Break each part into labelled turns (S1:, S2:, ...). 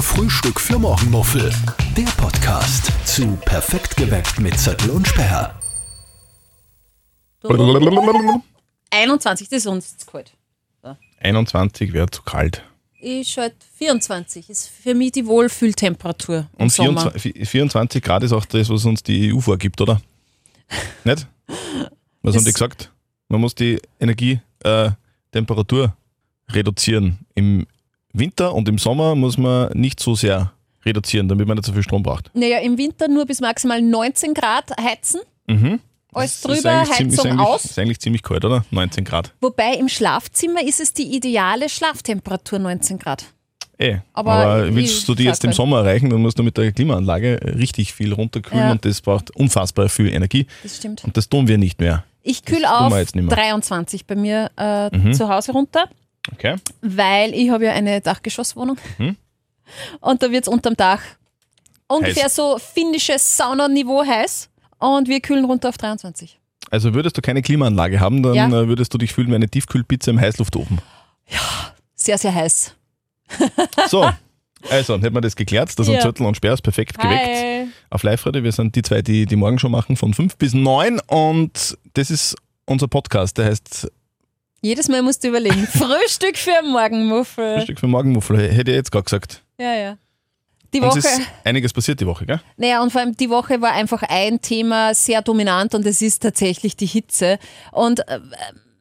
S1: Frühstück für Morgenmuffel. Der Podcast zu Perfekt geweckt mit Zettel und Sperr.
S2: 21, das ist uns jetzt kalt.
S3: 21 wäre zu kalt.
S2: Ich schalte 24, ist für mich die Wohlfühltemperatur. Im
S3: Und
S2: Sommer.
S3: 24, 24 Grad ist auch das, was uns die EU vorgibt, oder? Nicht? Was haben
S2: Das-
S3: die gesagt? Man muss die Energietemperatur äh, Temperatur reduzieren. Im Winter und im Sommer muss man nicht so sehr reduzieren, damit man nicht so viel Strom braucht.
S2: Naja, im Winter nur bis maximal 19 Grad heizen.
S3: Mhm.
S2: Alles
S3: Das ist
S2: drüber,
S3: eigentlich ziemlich- ist
S2: Heizung
S3: eigentlich,
S2: aus.
S3: Ist eigentlich ziemlich kalt, oder? 19 Grad.
S2: Wobei im Schlafzimmer ist es die ideale Schlaftemperatur 19 Grad.
S3: Eh.
S2: Aber
S3: Aber,
S2: ich-
S3: willst du die jetzt im
S2: sag halt. mal.
S3: Sommer erreichen, dann musst du mit der Klimaanlage richtig viel runterkühlen
S2: Ja.
S3: und das braucht unfassbar viel Energie.
S2: Das stimmt.
S3: Und das tun wir nicht mehr.
S2: Ich kühl
S3: tun wir
S2: auf
S3: jetzt nicht mehr. Mhm.
S2: 23 bei mir äh, zu Hause runter.
S3: Okay.
S2: weil ich habe ja eine Dachgeschosswohnung.
S3: Mhm.
S2: Und da wird es unterm Dach ungefähr so finnisches Saunaniveau heiß. Und wir kühlen runter auf 23.
S3: Also würdest du keine Klimaanlage haben, dann
S2: Ja.
S3: äh, würdest du dich fühlen wie eine Tiefkühlpizza im Heißluftofen.
S2: Sehr, sehr heiß.
S3: So, also, dann hätten wir das geklärt. Das
S2: Ja.
S3: sind Zettel und Sperr ist perfekt geweckt. Auf Live-Radio, wir sind die zwei, die die Morgenshow machen von 5 bis 9 und das ist unser Podcast, der heißt
S2: Jedes Mal musst du überlegen. Frühstück für Morgenmuffel.
S3: Frühstück für Morgenmuffel, hätte ich jetzt gerade gesagt.
S2: Ja, ja. Die
S3: Uns
S2: Woche.
S3: ist einiges passiert die Woche, gell?
S2: Naja, und vor allem die Woche war einfach ein Thema sehr dominant und es ist tatsächlich die Hitze. Und äh,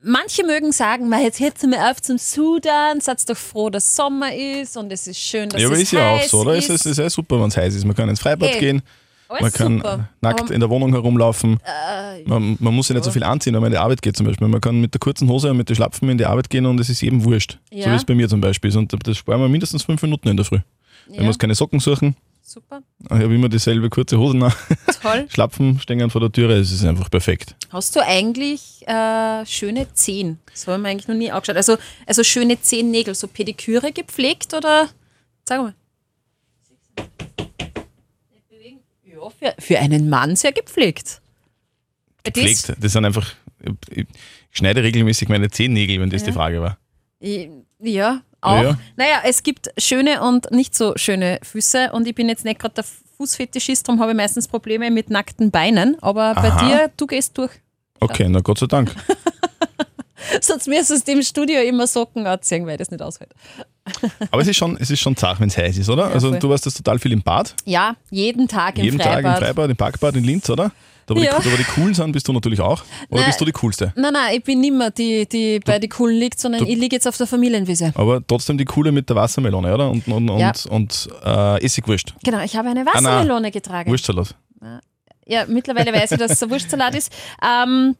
S2: manche mögen sagen, "Ma, jetzt hätte mal auf zum Sudan, seid doch froh, dass Sommer ist und es ist schön, dass
S3: ja, aber
S2: es
S3: ist ja auch
S2: heiß
S3: so, oder? Es
S2: Ist,
S3: ist, ist ja super, wenn es heiß ist. Man kann ins Freibad
S2: Eh,
S3: gehen,
S2: Alles
S3: man kann
S2: super. Äh,
S3: nackt
S2: Aber-
S3: in der Wohnung herumlaufen. man, man muss ja nicht so viel anziehen, wenn man in die Arbeit geht zum Beispiel. Man kann mit der kurzen Hose und mit den Schlapfen in die Arbeit gehen und es ist eben wurscht.
S2: Ja.
S3: So wie es bei mir zum Beispiel ist. Und das sparen wir mindestens fünf Minuten in der Früh.
S2: ja,
S3: Man muss keine Socken suchen.
S2: super,
S3: Ich habe immer dieselbe kurze Hose nach.
S2: toll.
S3: Schlapfen stehen vor der Türe. Es ist einfach perfekt.
S2: Hast du eigentlich äh, schöne Zehen? Das haben wir eigentlich noch nie angeschaut. Also, also schöne Zehennägel, so Pediküre gepflegt oder? Sag mal. Ja, für, für einen Mann sehr gepflegt.
S3: Pflegt. Das sind einfach. Ich schneide regelmäßig meine Zehennägel, wenn das die Frage war.
S2: Ich- Ja, auch.
S3: Ja.
S2: Naja, es gibt schöne und nicht so schöne Füße und ich bin jetzt nicht gerade der Fußfetischist, darum habe ich meistens Probleme mit nackten Beinen, aber bei
S3: Aha.
S2: dir, du gehst durch.
S3: Okay, na Gott sei Dank.
S2: Sonst müsstest du im Studio immer Socken anziehen, weil ich das nicht aushält.
S3: Aber es ist schon, es ist schon zart, wenn es heiß ist, oder? also
S2: voll.
S3: du warst das total viel im Bad.
S2: Ja, jeden Tag im
S3: Jeden
S2: Freibad.
S3: Tag im Freibad, im Parkbad, in Linz, oder? Da wo,
S2: Ja.
S3: die, da wo die coolen sind, bist du natürlich auch. Oder
S2: Na,
S3: bist du die coolste?
S2: Nein, nein, ich bin nimmer die, die bei den Coolen liegt, sondern ich liege jetzt auf der Familienwiese.
S3: Aber trotzdem die coole mit der Wassermelone, oder? Und, und,
S2: Ja.
S3: und, und äh, Essigwurst.
S2: Genau, ich habe eine Wassermelone getragen.
S3: Wurstsalat.
S2: Ja, mittlerweile weiß ich, dass es ein Wurstsalat ist. Ähm,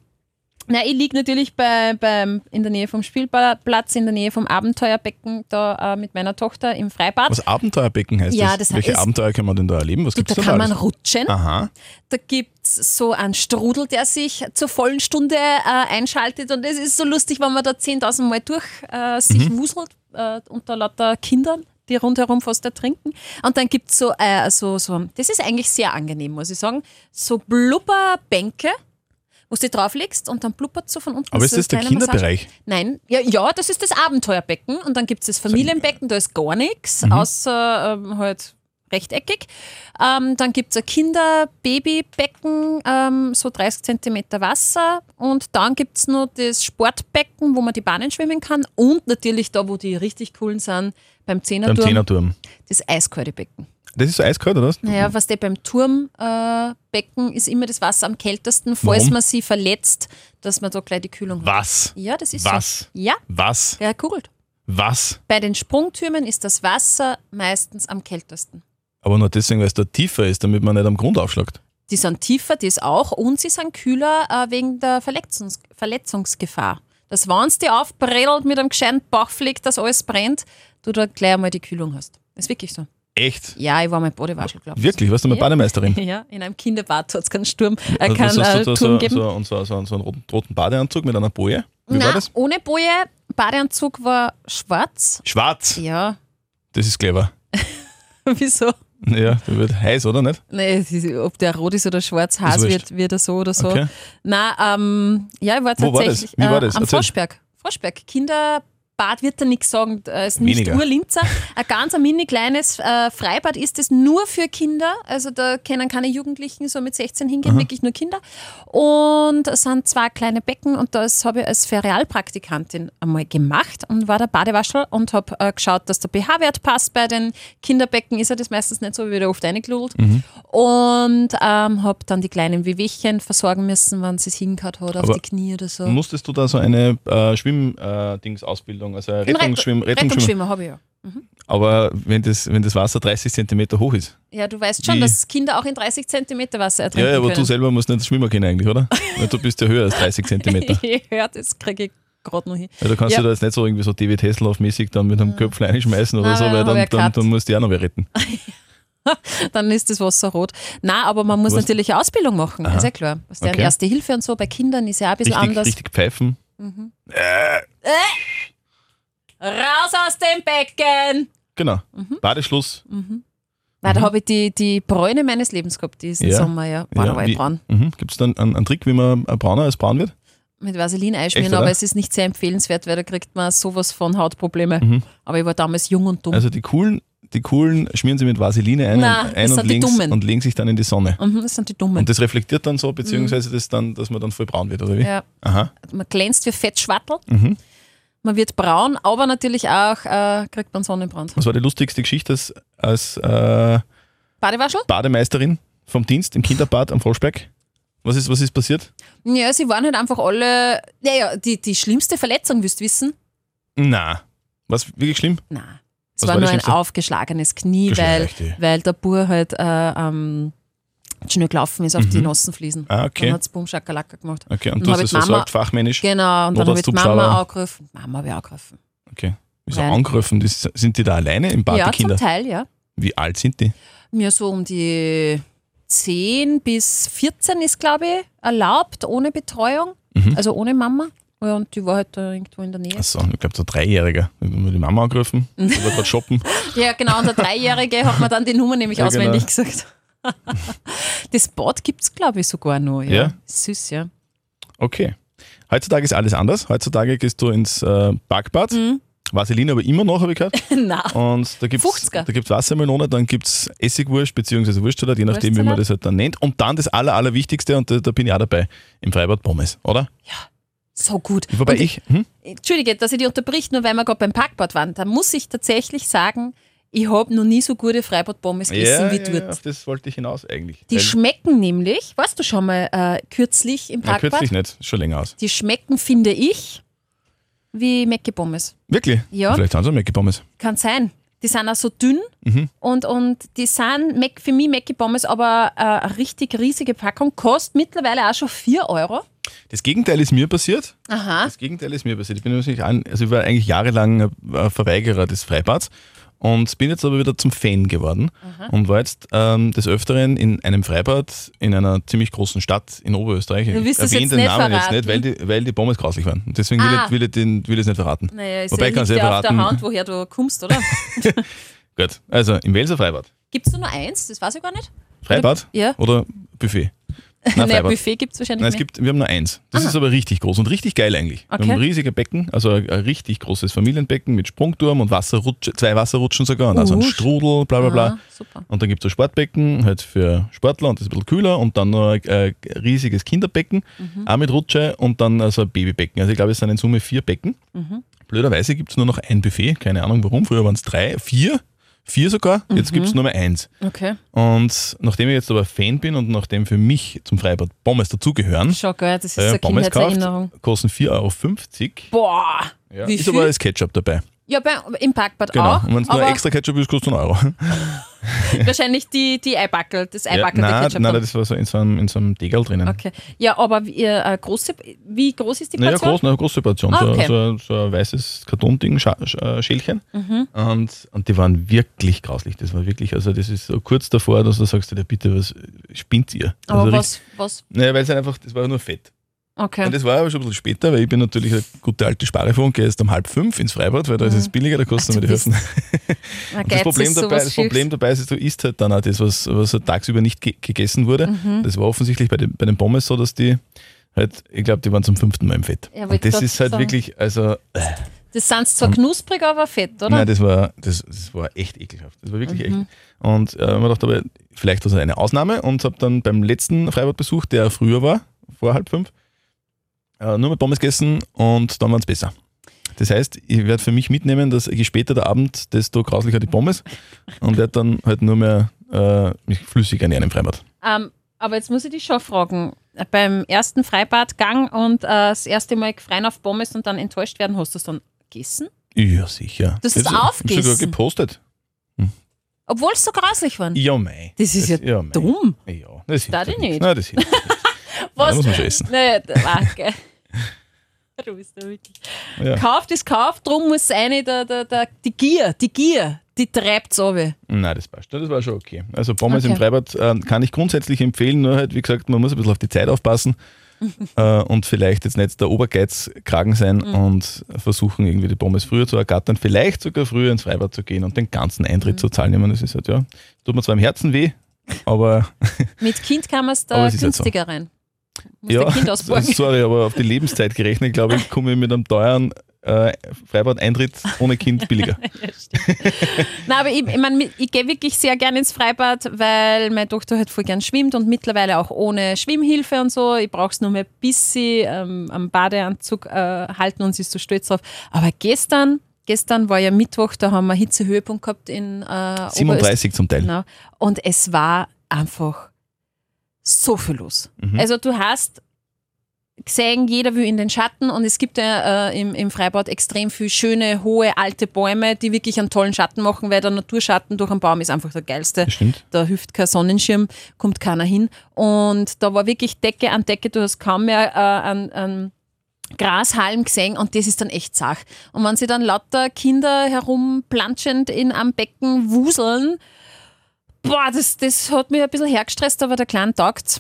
S2: na, ich liege natürlich bei, beim, in der Nähe vom Spielplatz, in der Nähe vom Abenteuerbecken, da äh, mit meiner Tochter im Freibad.
S3: Was Abenteuerbecken heißt
S2: Ja,
S3: das?
S2: das
S3: Welche
S2: heißt-
S3: Abenteuer kann man denn da erleben? Was
S2: Du, da
S3: gibt es denn
S2: kann
S3: da
S2: man
S3: alles?
S2: rutschen,
S3: Aha.
S2: da gibt es so einen Strudel, der sich zur vollen Stunde äh, einschaltet und es ist so lustig, wenn man da 10.000 Mal durch äh, sich
S3: Mhm.
S2: wuselt äh, unter lauter Kindern, die rundherum fast ertrinken. Und dann gibt es so, äh, so, so, das ist eigentlich sehr angenehm, muss ich sagen, so Blubberbänke, wo du dich drauflegst und dann blubbert so von unten.
S3: Aber
S2: so
S3: ist das der
S2: eine kleine Massage.
S3: Kinderbereich?
S2: Nein, ja, ja, das ist das Abenteuerbecken und dann gibt es das Familienbecken, da ist gar nichts,
S3: Mhm.
S2: außer ähm, halt rechteckig. Ähm, dann gibt es ein Kinder-Babybecken, ähm, so 30 Zentimeter Wasser und dann gibt es noch das Sportbecken, wo man die Bahnen schwimmen kann und natürlich da, wo die richtig coolen sind, beim
S3: Beim
S2: Zehnerturm,
S3: Zehnerturm.
S2: das Eiskaltebecken.
S3: Das ist so eiskalt, oder was?
S2: Naja, was der beim Turmbecken äh, Becken ist immer das Wasser am kältesten, falls
S3: Warum?
S2: man sie verletzt, dass man da gleich die Kühlung hat.
S3: Was?
S2: Ja, das ist so.
S3: Was?
S2: Ja,
S3: Was?
S2: ja, googelt.
S3: Was?
S2: Bei den Sprungtürmen ist das Wasser meistens am kältesten.
S3: Aber nur deswegen, weil es da tiefer ist, damit man nicht am Grund aufschlagt.
S2: Die sind tiefer, die ist auch, und sie sind kühler äh, wegen der Verletzungs Verletzungsgefahr. Das wann's dir aufbredelt mit einem gescheiten Bauchfleck, dass alles brennt, du da gleich einmal die Kühlung hast. Ist wirklich so.
S3: Echt?
S2: Ja, ich war mal Bodewaschel, glaube ich.
S3: Wirklich? Warst du mal
S2: Ja.
S3: Bademeisterin?
S2: Ja, in einem Kinderbad hat es keinen Sturm, äh,
S3: Also, was
S2: keinen äh,
S3: hast du
S2: Turm
S3: da so,
S2: geben.
S3: so, und so, so, so einen roten, roten Badeanzug mit einer Boje? Wie
S2: Nein,
S3: war das?
S2: ohne Boje, Badeanzug war schwarz.
S3: Schwarz.
S2: Ja,
S3: Das ist clever.
S2: wieso?
S3: Ja, der wird heiß, oder nicht?
S2: Nee, es ist- ob der rot ist oder schwarz, Haas
S3: wurscht.
S2: wird, wird er so oder so.
S3: Okay.
S2: Na, ähm, ja, ich war
S3: Wo war das?
S2: tatsächlich
S3: Wie war das?
S2: Äh, am
S3: Erzähl.
S2: Froschberg. Froschberg, Kinder. Bad wird er nichts sagen, äh, ist nicht
S3: Weniger.
S2: Urlinzer. Ein ganz ein mini kleines äh, Freibad ist es nur für Kinder. Also da können keine Jugendlichen so mit 16 hingehen, wirklich nur Kinder. Und es sind zwei kleine Becken und das habe ich als Ferialpraktikantin einmal gemacht und war der Badewaschel und habe äh, geschaut, dass der pH-Wert passt. Bei den Kinderbecken ist ja das meistens nicht so, wie wieder oft reingeludelt. Und ähm, habe dann die kleinen Wehwehchen versorgen müssen, wenn sie es hingehört hat, auf
S3: Aber
S2: die Knie oder so.
S3: Musstest du da so eine äh, Schwimm-Dings-Ausbildung, also
S2: Ein Rett-
S3: Rettungsschwimmen, Rettungsschwimmen.
S2: Rettungsschwimmer habe ich ja.
S3: Aber wenn das, wenn das Wasser 30 Zentimeter hoch ist.
S2: Ja, du weißt schon,
S3: Wie?
S2: dass Kinder auch in 30 Zentimeter Wasser
S3: Ja,
S2: ertrinken
S3: ja, aber du
S2: können.
S3: selber musst nicht schwimmen können eigentlich, oder? Weil du bist ja höher als 30 Zentimeter.
S2: Je höher, das kriege ich gerade noch hin.
S3: ne? Ja, du kannst
S2: Ja.
S3: ja. da jetzt nicht so irgendwie so David Hasselhoff-mäßig dann mit einem Köpfchen einschmeißen oder
S2: Nein,
S3: so,
S2: weil
S3: weil
S2: dann hab
S3: dann,
S2: ich ja
S3: dann,
S2: gehabt.
S3: dann musst du ja noch wer retten.
S2: Dann ist das Wasser rot. Na, aber man muss
S3: Was?
S2: natürlich eine Ausbildung machen, ist ja klar. Was deren
S3: Okay.
S2: erste Hilfe und so bei Kindern ist ja auch ein bisschen
S3: Richtig,
S2: anders.
S3: richtig pfeifen.
S2: Raus aus dem Becken!
S3: Genau.
S2: Mhm.
S3: Badeschluss.
S2: Nein, da habe ich die, die Bräune meines Lebens gehabt, diesen
S3: Mhm. Ja.
S2: Sommer, ja. War
S3: Ja,
S2: aber
S3: wie-
S2: braun.
S3: Mhm. Gibt es dann einen, einen Trick, wie man äh, brauner als braun wird?
S2: Mit Vaseline einschmieren,
S3: Echt, oder?
S2: aber es ist nicht sehr empfehlenswert, weil da kriegt man sowas von Hautprobleme. Aber ich war damals jung und dumm.
S3: Mhm. Also die coolen, die coolen schmieren sie mit Vaseline ein,
S2: Oh. Na,
S3: und,
S2: das
S3: ein und,
S2: sind die
S3: legen,
S2: Dummen.
S3: und legen sich dann in die Sonne.
S2: mhm, das sind die Dummen. Mhm.
S3: Und das reflektiert dann so, beziehungsweise das dann, dass man dann voll braun wird, oder wie?
S2: ja.
S3: Aha. Mhm.
S2: man glänzt wie Fettschwattel. Man wird braun, aber natürlich auch äh, kriegt man Sonnenbrand.
S3: Was war die lustigste Geschichte als, als äh,
S2: Badewaschel?
S3: Bademeisterin vom Dienst im Kinderbad am Froschberg? Was ist, was ist passiert?
S2: Ja, sie waren halt einfach alle. Naja, die, die schlimmste Verletzung, wirst wissen?
S3: Na, was wirklich schlimm?
S2: Nein. Es
S3: Was
S2: war
S3: war die
S2: nur ein
S3: schlimmste?
S2: aufgeschlagenes Knie, weil,
S3: Geschlechte.
S2: weil der Bur halt äh, ähm, schnell gelaufen ist auf die nassen Fliesen.
S3: Ah,
S2: Dann
S3: okay.
S2: hat es Bumschackerlacker gemacht.
S3: Okay, und
S2: Dann
S3: du hast
S2: hab
S3: es
S2: ich Mama-
S3: versorgt, fachmännisch.
S2: Genau, und dann habe ich die
S3: Notarzthubschrauber.
S2: Mama angegriffen. Mama habe ich angegriffen.
S3: Okay. Wieso
S2: Nein.
S3: angegriffen? Das, sind die da alleine im Bad,
S2: ja,
S3: die Kinder?
S2: zum Teil, ja.
S3: Wie alt sind die?
S2: mir so um die 10 bis 14 ist, glaube ich, erlaubt, ohne Betreuung,
S3: Mhm.
S2: also ohne Mama. Ja, und die war halt da irgendwo in der Nähe.
S3: Achso, ich glaube, so ein Dreijähriger. Ich hab nur die Mama angegriffen, die war gerade shoppen.
S2: Ja, genau, und der Dreijährige hat mir dann die Nummer nämlich
S3: Ja, genau.
S2: auswendig gesagt. das Bad gibt es, glaube ich, sogar noch. Ja.
S3: Ja?
S2: Süß, ja.
S3: Okay. Heutzutage ist alles anders. Heutzutage gehst du ins äh, Backbad.
S2: Mhm.
S3: Vaseline aber immer noch, habe ich gehört.
S2: Na,
S3: Und da gibt
S2: 50er.
S3: es gibt's Wassermelone, dann gibt es Essigwurst bzw. Wurstsalat, je nachdem, wie man
S2: Wurstsalat.
S3: das halt dann nennt. Und dann das Aller, Allerwichtigste, und da, da bin ich auch dabei, im Freibad Pommes, oder?
S2: so gut.
S3: Wobei
S2: Und
S3: ich, hm?
S2: Entschuldige, dass ich dich unterbricht, nur weil wir gerade beim Parkbad waren. Da muss ich tatsächlich sagen, ich habe noch nie so gute Freibad-Pommes gegessen wie dort.
S3: auf das wollte ich hinaus eigentlich.
S2: Die
S3: Weil-
S2: schmecken nämlich, warst du schon mal äh, kürzlich im
S3: ja,
S2: Parkbad?
S3: kürzlich nicht, ist schon länger aus.
S2: Die schmecken, finde ich, wie Mäcki Pommes.
S3: Wirklich?
S2: Ja.
S3: Vielleicht haben sie Mäcki Pommes.
S2: Kann sein. Die sind auch so dünn und, und die sind Mac, für mich Mäcki Pommes, aber äh, eine richtig riesige Packung. Kostet mittlerweile auch schon 4 Euro.
S3: Das Gegenteil ist mir passiert.
S2: Aha.
S3: Das Gegenteil ist mir passiert. Ich bin natürlich ein, also ich war eigentlich jahrelang äh, Verweigerer des Freibads und bin jetzt aber wieder zum Fan geworden und war jetzt ähm, des Öfteren in einem Freibad in einer ziemlich großen Stadt in Oberösterreich.
S2: Du willst es
S3: erwähne
S2: jetzt
S3: den
S2: nicht
S3: Namen
S2: verraten.
S3: jetzt nicht, weil die, weil die Pommes grauslich waren. Und deswegen will,
S2: Ah.
S3: ich, will, ich den, will ich es nicht verraten.
S2: Naja, ist
S3: Wobei,
S2: ja,
S3: kannst
S2: liegt
S3: du ja
S2: ja auf der
S3: verraten.
S2: Hand, woher du kommst, oder?
S3: Gut, also im Welser Freibad.
S2: Gibt es da nur eins? Das weiß ich gar nicht.
S3: Freibad
S2: Ja.
S3: oder Buffet? Nein,
S2: naja,
S3: Freibad.
S2: Buffet gibt es wahrscheinlich
S3: Ah, Nein, es
S2: mehr.
S3: gibt, wir haben nur eins. Das ist aber richtig groß und richtig geil eigentlich.
S2: Okay.
S3: Wir haben riesige Becken, also ein, ein richtig großes Familienbecken mit Sprungturm und Wasserrutsche, zwei Wasserrutschen sogar und also ein
S2: Uh.
S3: Strudel, bla bla bla.
S2: Ah, super.
S3: Und dann gibt es ein Sportbecken halt für Sportler und das ist ein bisschen kühler und dann noch ein äh, riesiges Kinderbecken,
S2: Mhm.
S3: auch mit Rutsche und dann also ein Babybecken. Also ich glaube, es sind in Summe vier Becken.
S2: Mhm.
S3: Blöderweise gibt es nur noch ein Buffet, keine Ahnung warum. Früher waren es drei, vier, vier sogar, jetzt gibt es
S2: Mhm.
S3: nur mehr eins.
S2: Okay,
S3: Und nachdem ich jetzt aber Fan bin und nachdem für mich zum Freibad Pommes dazugehören,
S2: schon geil, das ist
S3: äh,
S2: eine
S3: Pommes
S2: Kindheitserinnerung.
S3: gekauft, kosten 4,50 Euro.
S2: Boah, wie
S3: ist aber
S2: viel?
S3: als Ketchup dabei.
S2: Ja, bei, im Parkbad
S3: Genau.
S2: auch.
S3: und wenn es nur
S2: aber
S3: extra Ketchup ist, kostet es einen Euro.
S2: Wahrscheinlich die, die Eibackel, das
S3: Ja,
S2: Eibackel der
S3: nein,
S2: Ketchup.
S3: nein, das war so in so einem, in so einem Degel drinnen.
S2: Okay. Ja, aber wie, äh, äh, große, wie groß ist die
S3: Naja,
S2: Portion?
S3: groß, na, große Portion.
S2: Ah,
S3: so,
S2: okay.
S3: so, so ein weißes Kartonding, Scha Sch äh, Schälchen.
S2: Mhm.
S3: Und, und die waren wirklich grauslich. Das war wirklich, also das ist so kurz davor, dass du sagst, dir, bitte, was spinnt ihr?
S2: aber
S3: also richtig-
S2: was, was,
S3: Naja, weil es halt einfach, das war nur Fett.
S2: okay.
S3: Und das war aber schon ein bisschen später, weil ich bin natürlich eine gute alte Sparefrau und gehe erst um halb fünf ins Freibad, weil da
S2: Mhm.
S3: ist es billiger, da kosten
S2: Ach,
S3: wir
S2: du
S3: die Hälfte.
S2: Na,
S3: Das
S2: Geiz
S3: Problem,
S2: ist
S3: dabei,
S2: sowas
S3: das Problem
S2: Schiefs.
S3: dabei ist, du isst halt dann auch das, was, was halt tagsüber nicht ge gegessen wurde.
S2: Mhm.
S3: Das war offensichtlich bei den, bei den Pommes so, dass die halt, ich glaube, die waren zum fünften Mal im Fett.
S2: Ja, wollte
S3: und
S2: ich
S3: das
S2: grad
S3: ist halt
S2: sagen.
S3: wirklich, also, äh,
S2: Das sind zwar knusprig, aber fett, oder? Mhm.
S3: Nein, das war, das, das war echt ekelhaft. Das war wirklich echt. Und äh, man dachte aber, vielleicht war es eine Ausnahme und habe dann beim letzten Freibadbesuch, der früher war, vor halb fünf, äh, nur mit Pommes gegessen und dann waren es besser. Das heißt, ich werde für mich mitnehmen, dass je später der Abend, desto grauslicher die Pommes und werde dann halt nur mehr äh, mich flüssig ernähren im Freibad.
S2: Ähm, aber jetzt muss ich dich schon fragen. Beim ersten Freibadgang und äh, das erste Mal gefreien auf Pommes und dann enttäuscht werden, hast du es dann gegessen?
S3: Ja, sicher.
S2: Das ist
S3: Ich hab's sogar
S2: aufgegessen.
S3: gepostet.
S2: Obwohl es so grauslich waren.
S3: Ja, mei.
S2: Das ist ja
S3: ja mei.
S2: dumm.
S3: Ja, das hilft
S2: Darf ich
S3: halt nichts.
S2: nicht?
S3: Nein, das hilft nicht.
S2: Was?
S3: Da muss man schon essen.
S2: Nee, da- ach, gell. Du bist da wirklich.
S3: Ja.
S2: Kauft ist kauft, drum muss eine, der, der, der, die Gier, die Gier, die treibt es runter.
S3: Nein, das passt. Das war schon okay. Also Pommes
S2: Okay.
S3: im Freibad äh, kann ich grundsätzlich empfehlen, nur halt, wie gesagt, man muss ein bisschen auf die Zeit aufpassen äh, und vielleicht jetzt nicht der Obergeizkragen sein
S2: Mhm.
S3: und versuchen, irgendwie die Pommes früher zu ergattern, vielleicht sogar früher ins Freibad zu gehen und den ganzen Eintritt
S2: Mhm.
S3: zu zahlen. Ich meine, das ist halt, ja, tut mir zwar im Herzen weh, aber
S2: Mit Kind kann man es
S3: Aber
S2: da
S3: es ist jetzt
S2: günstiger rein. Muss
S3: ja,
S2: der Kind ausborgen.
S3: sorry, aber auf die Lebenszeit gerechnet, glaube ich, komme ich mit einem teuren äh, Freibad-Eintritt ohne Kind billiger.
S2: Nein, aber ich, ich, mein, ich gehe wirklich sehr gerne ins Freibad, weil meine Tochter halt voll gern schwimmt und mittlerweile auch ohne Schwimmhilfe und so. Ich brauche es nur mehr ein bisschen ähm, am Badeanzug äh, halten und sie ist so stolz drauf. Aber gestern, gestern war ja Mittwoch, da haben wir Hitzehöhepunkt gehabt in äh, Oberösterreich.
S3: 37 zum Teil.
S2: Genau. Und es war einfach so viel los.
S3: Mhm.
S2: Also du hast gesehen, jeder will in den Schatten und es gibt ja äh, im, im Freibad extrem viel schöne, hohe, alte Bäume, die wirklich einen tollen Schatten machen, weil der Naturschatten durch einen Baum ist einfach der geilste.
S3: Das stimmt.
S2: Da hilft kein Sonnenschirm, kommt keiner hin. Und da war wirklich Decke an Decke, du hast kaum mehr äh, an, an Grashalm gesehen und das ist dann echt Sach. Und wenn sie dann lauter Kinder herumplanschend in am Becken wuseln, boah, das, das hat mich ein bisschen hergestresst, aber der Kleine taugt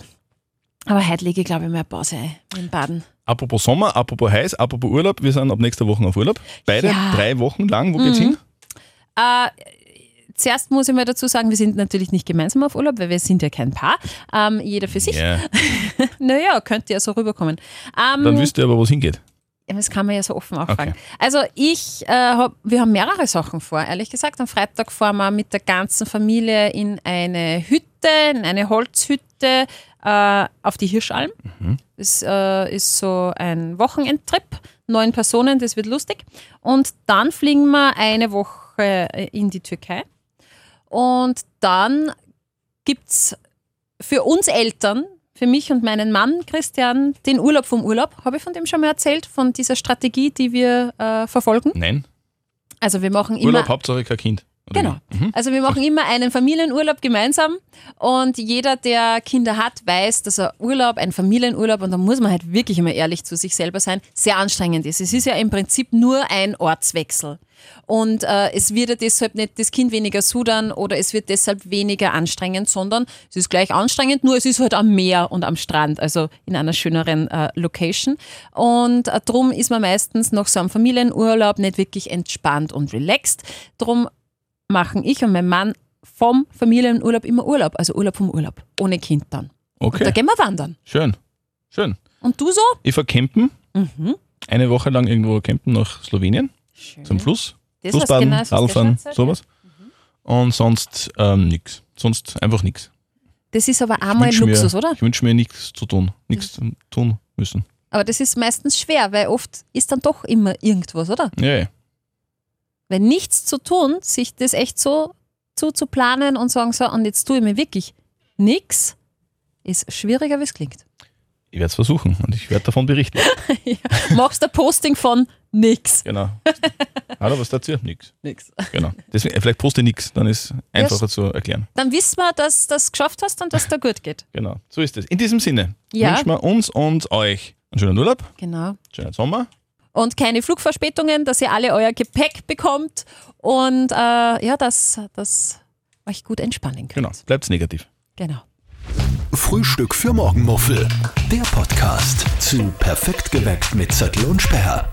S2: Aber heute lege ich, glaube ich, mal eine Pause ein mit dem Baden.
S3: Apropos Sommer, apropos heiß, apropos Urlaub, wir sind ab nächster Woche auf Urlaub. Beide
S2: Ja. Mhm.
S3: drei Wochen lang, wo geht's hin?
S2: Äh, zuerst muss ich mal dazu sagen, wir sind natürlich nicht gemeinsam auf Urlaub, weil wir sind ja kein Paar. Ähm, jeder für sich.
S3: Ja.
S2: Naja, könnte ja so rüberkommen. Ähm,
S3: Dann wisst ihr aber, wo es hingeht.
S2: Ja, Das kann man ja so offen auch
S3: Okay.
S2: fragen. Also ich, äh, hab, wir haben mehrere Sachen vor, ehrlich gesagt. Am Freitag fahren wir mit der ganzen Familie in eine Hütte, in eine Holzhütte äh, auf die Hirschalm.
S3: Mhm.
S2: Das äh, ist so ein Wochenendtrip, neun Personen, das wird lustig. Und dann fliegen wir eine Woche äh, in die Türkei. Und dann gibt es für uns Eltern, für mich und meinen Mann Christian, den Urlaub vom Urlaub. Habe ich von dem schon mal erzählt, von dieser Strategie, die wir äh, verfolgen?
S3: Nein,
S2: Also wir machen immer.
S3: Urlaub, Hauptsache kein Kind. Oder
S2: Genau.
S3: wie? Mhm.
S2: Also wir machen immer einen Familienurlaub gemeinsam und jeder, der Kinder hat, weiß, dass ein Urlaub, ein Familienurlaub, und da muss man halt wirklich immer ehrlich zu sich selber sein, sehr anstrengend ist. Es ist ja im Prinzip nur ein Ortswechsel. Und äh, es wird ja deshalb nicht das Kind weniger sudern oder es wird deshalb weniger anstrengend, sondern es ist gleich anstrengend, nur es ist halt am Meer und am Strand, also in einer schöneren äh, Location. Und äh, drum ist man meistens nach so einem Familienurlaub nicht wirklich entspannt und relaxed. Drum machen ich und mein Mann vom Familienurlaub immer Urlaub, also Urlaub vom Urlaub, ohne Kind dann. Und da
S3: Okay,
S2: gehen wir wandern.
S3: schön. Schön.
S2: Und du so?
S3: Ich fahr campen,
S2: Mhm.
S3: eine Woche lang irgendwo campen nach Slowenien,
S2: Schön.
S3: zum Fluss.
S2: Mhm. Das war's Mhm.
S3: Flussbaden,
S2: genau, das, was der
S3: Radlfahren,
S2: Schatz sagt,
S3: sowas. Und sonst ähm, nix. Sonst einfach nichts.
S2: Das ist aber einmal Luxus, oder? Mhm.
S3: Ich wünsche mir nichts zu tun. Nichts tun müssen.
S2: Aber das ist meistens schwer, weil oft ist dann doch immer irgendwas, oder?
S3: Ja, ja.
S2: Weil nichts zu tun, sich das echt so zu, zu planen und sagen so, und jetzt tue ich mir wirklich nichts, ist schwieriger, wie es klingt.
S3: Ich werde es versuchen und ich werde davon berichten.
S2: Machst ein Posting von nix.
S3: genau. Hallo, was dazu? Nix.
S2: Nix.
S3: Genau. Deswegen, äh, vielleicht poste nix, dann ist einfacher zu erklären.
S2: Dann wissen wir, dass du das geschafft hast und dass da gut geht.
S3: Genau, so ist es. In diesem Sinne
S2: Ja.
S3: wünschen wir uns und euch einen schönen Urlaub,
S2: Genau.
S3: schönen Sommer.
S2: und keine Flugverspätungen, dass ihr alle euer Gepäck bekommt und äh, ja, dass, dass euch gut entspannen könnt.
S3: Genau, bleibt negativ.
S2: genau.
S1: Frühstück für Morgenmuffel. Der Podcast zu Perfekt geweckt mit Zettel und Sperr.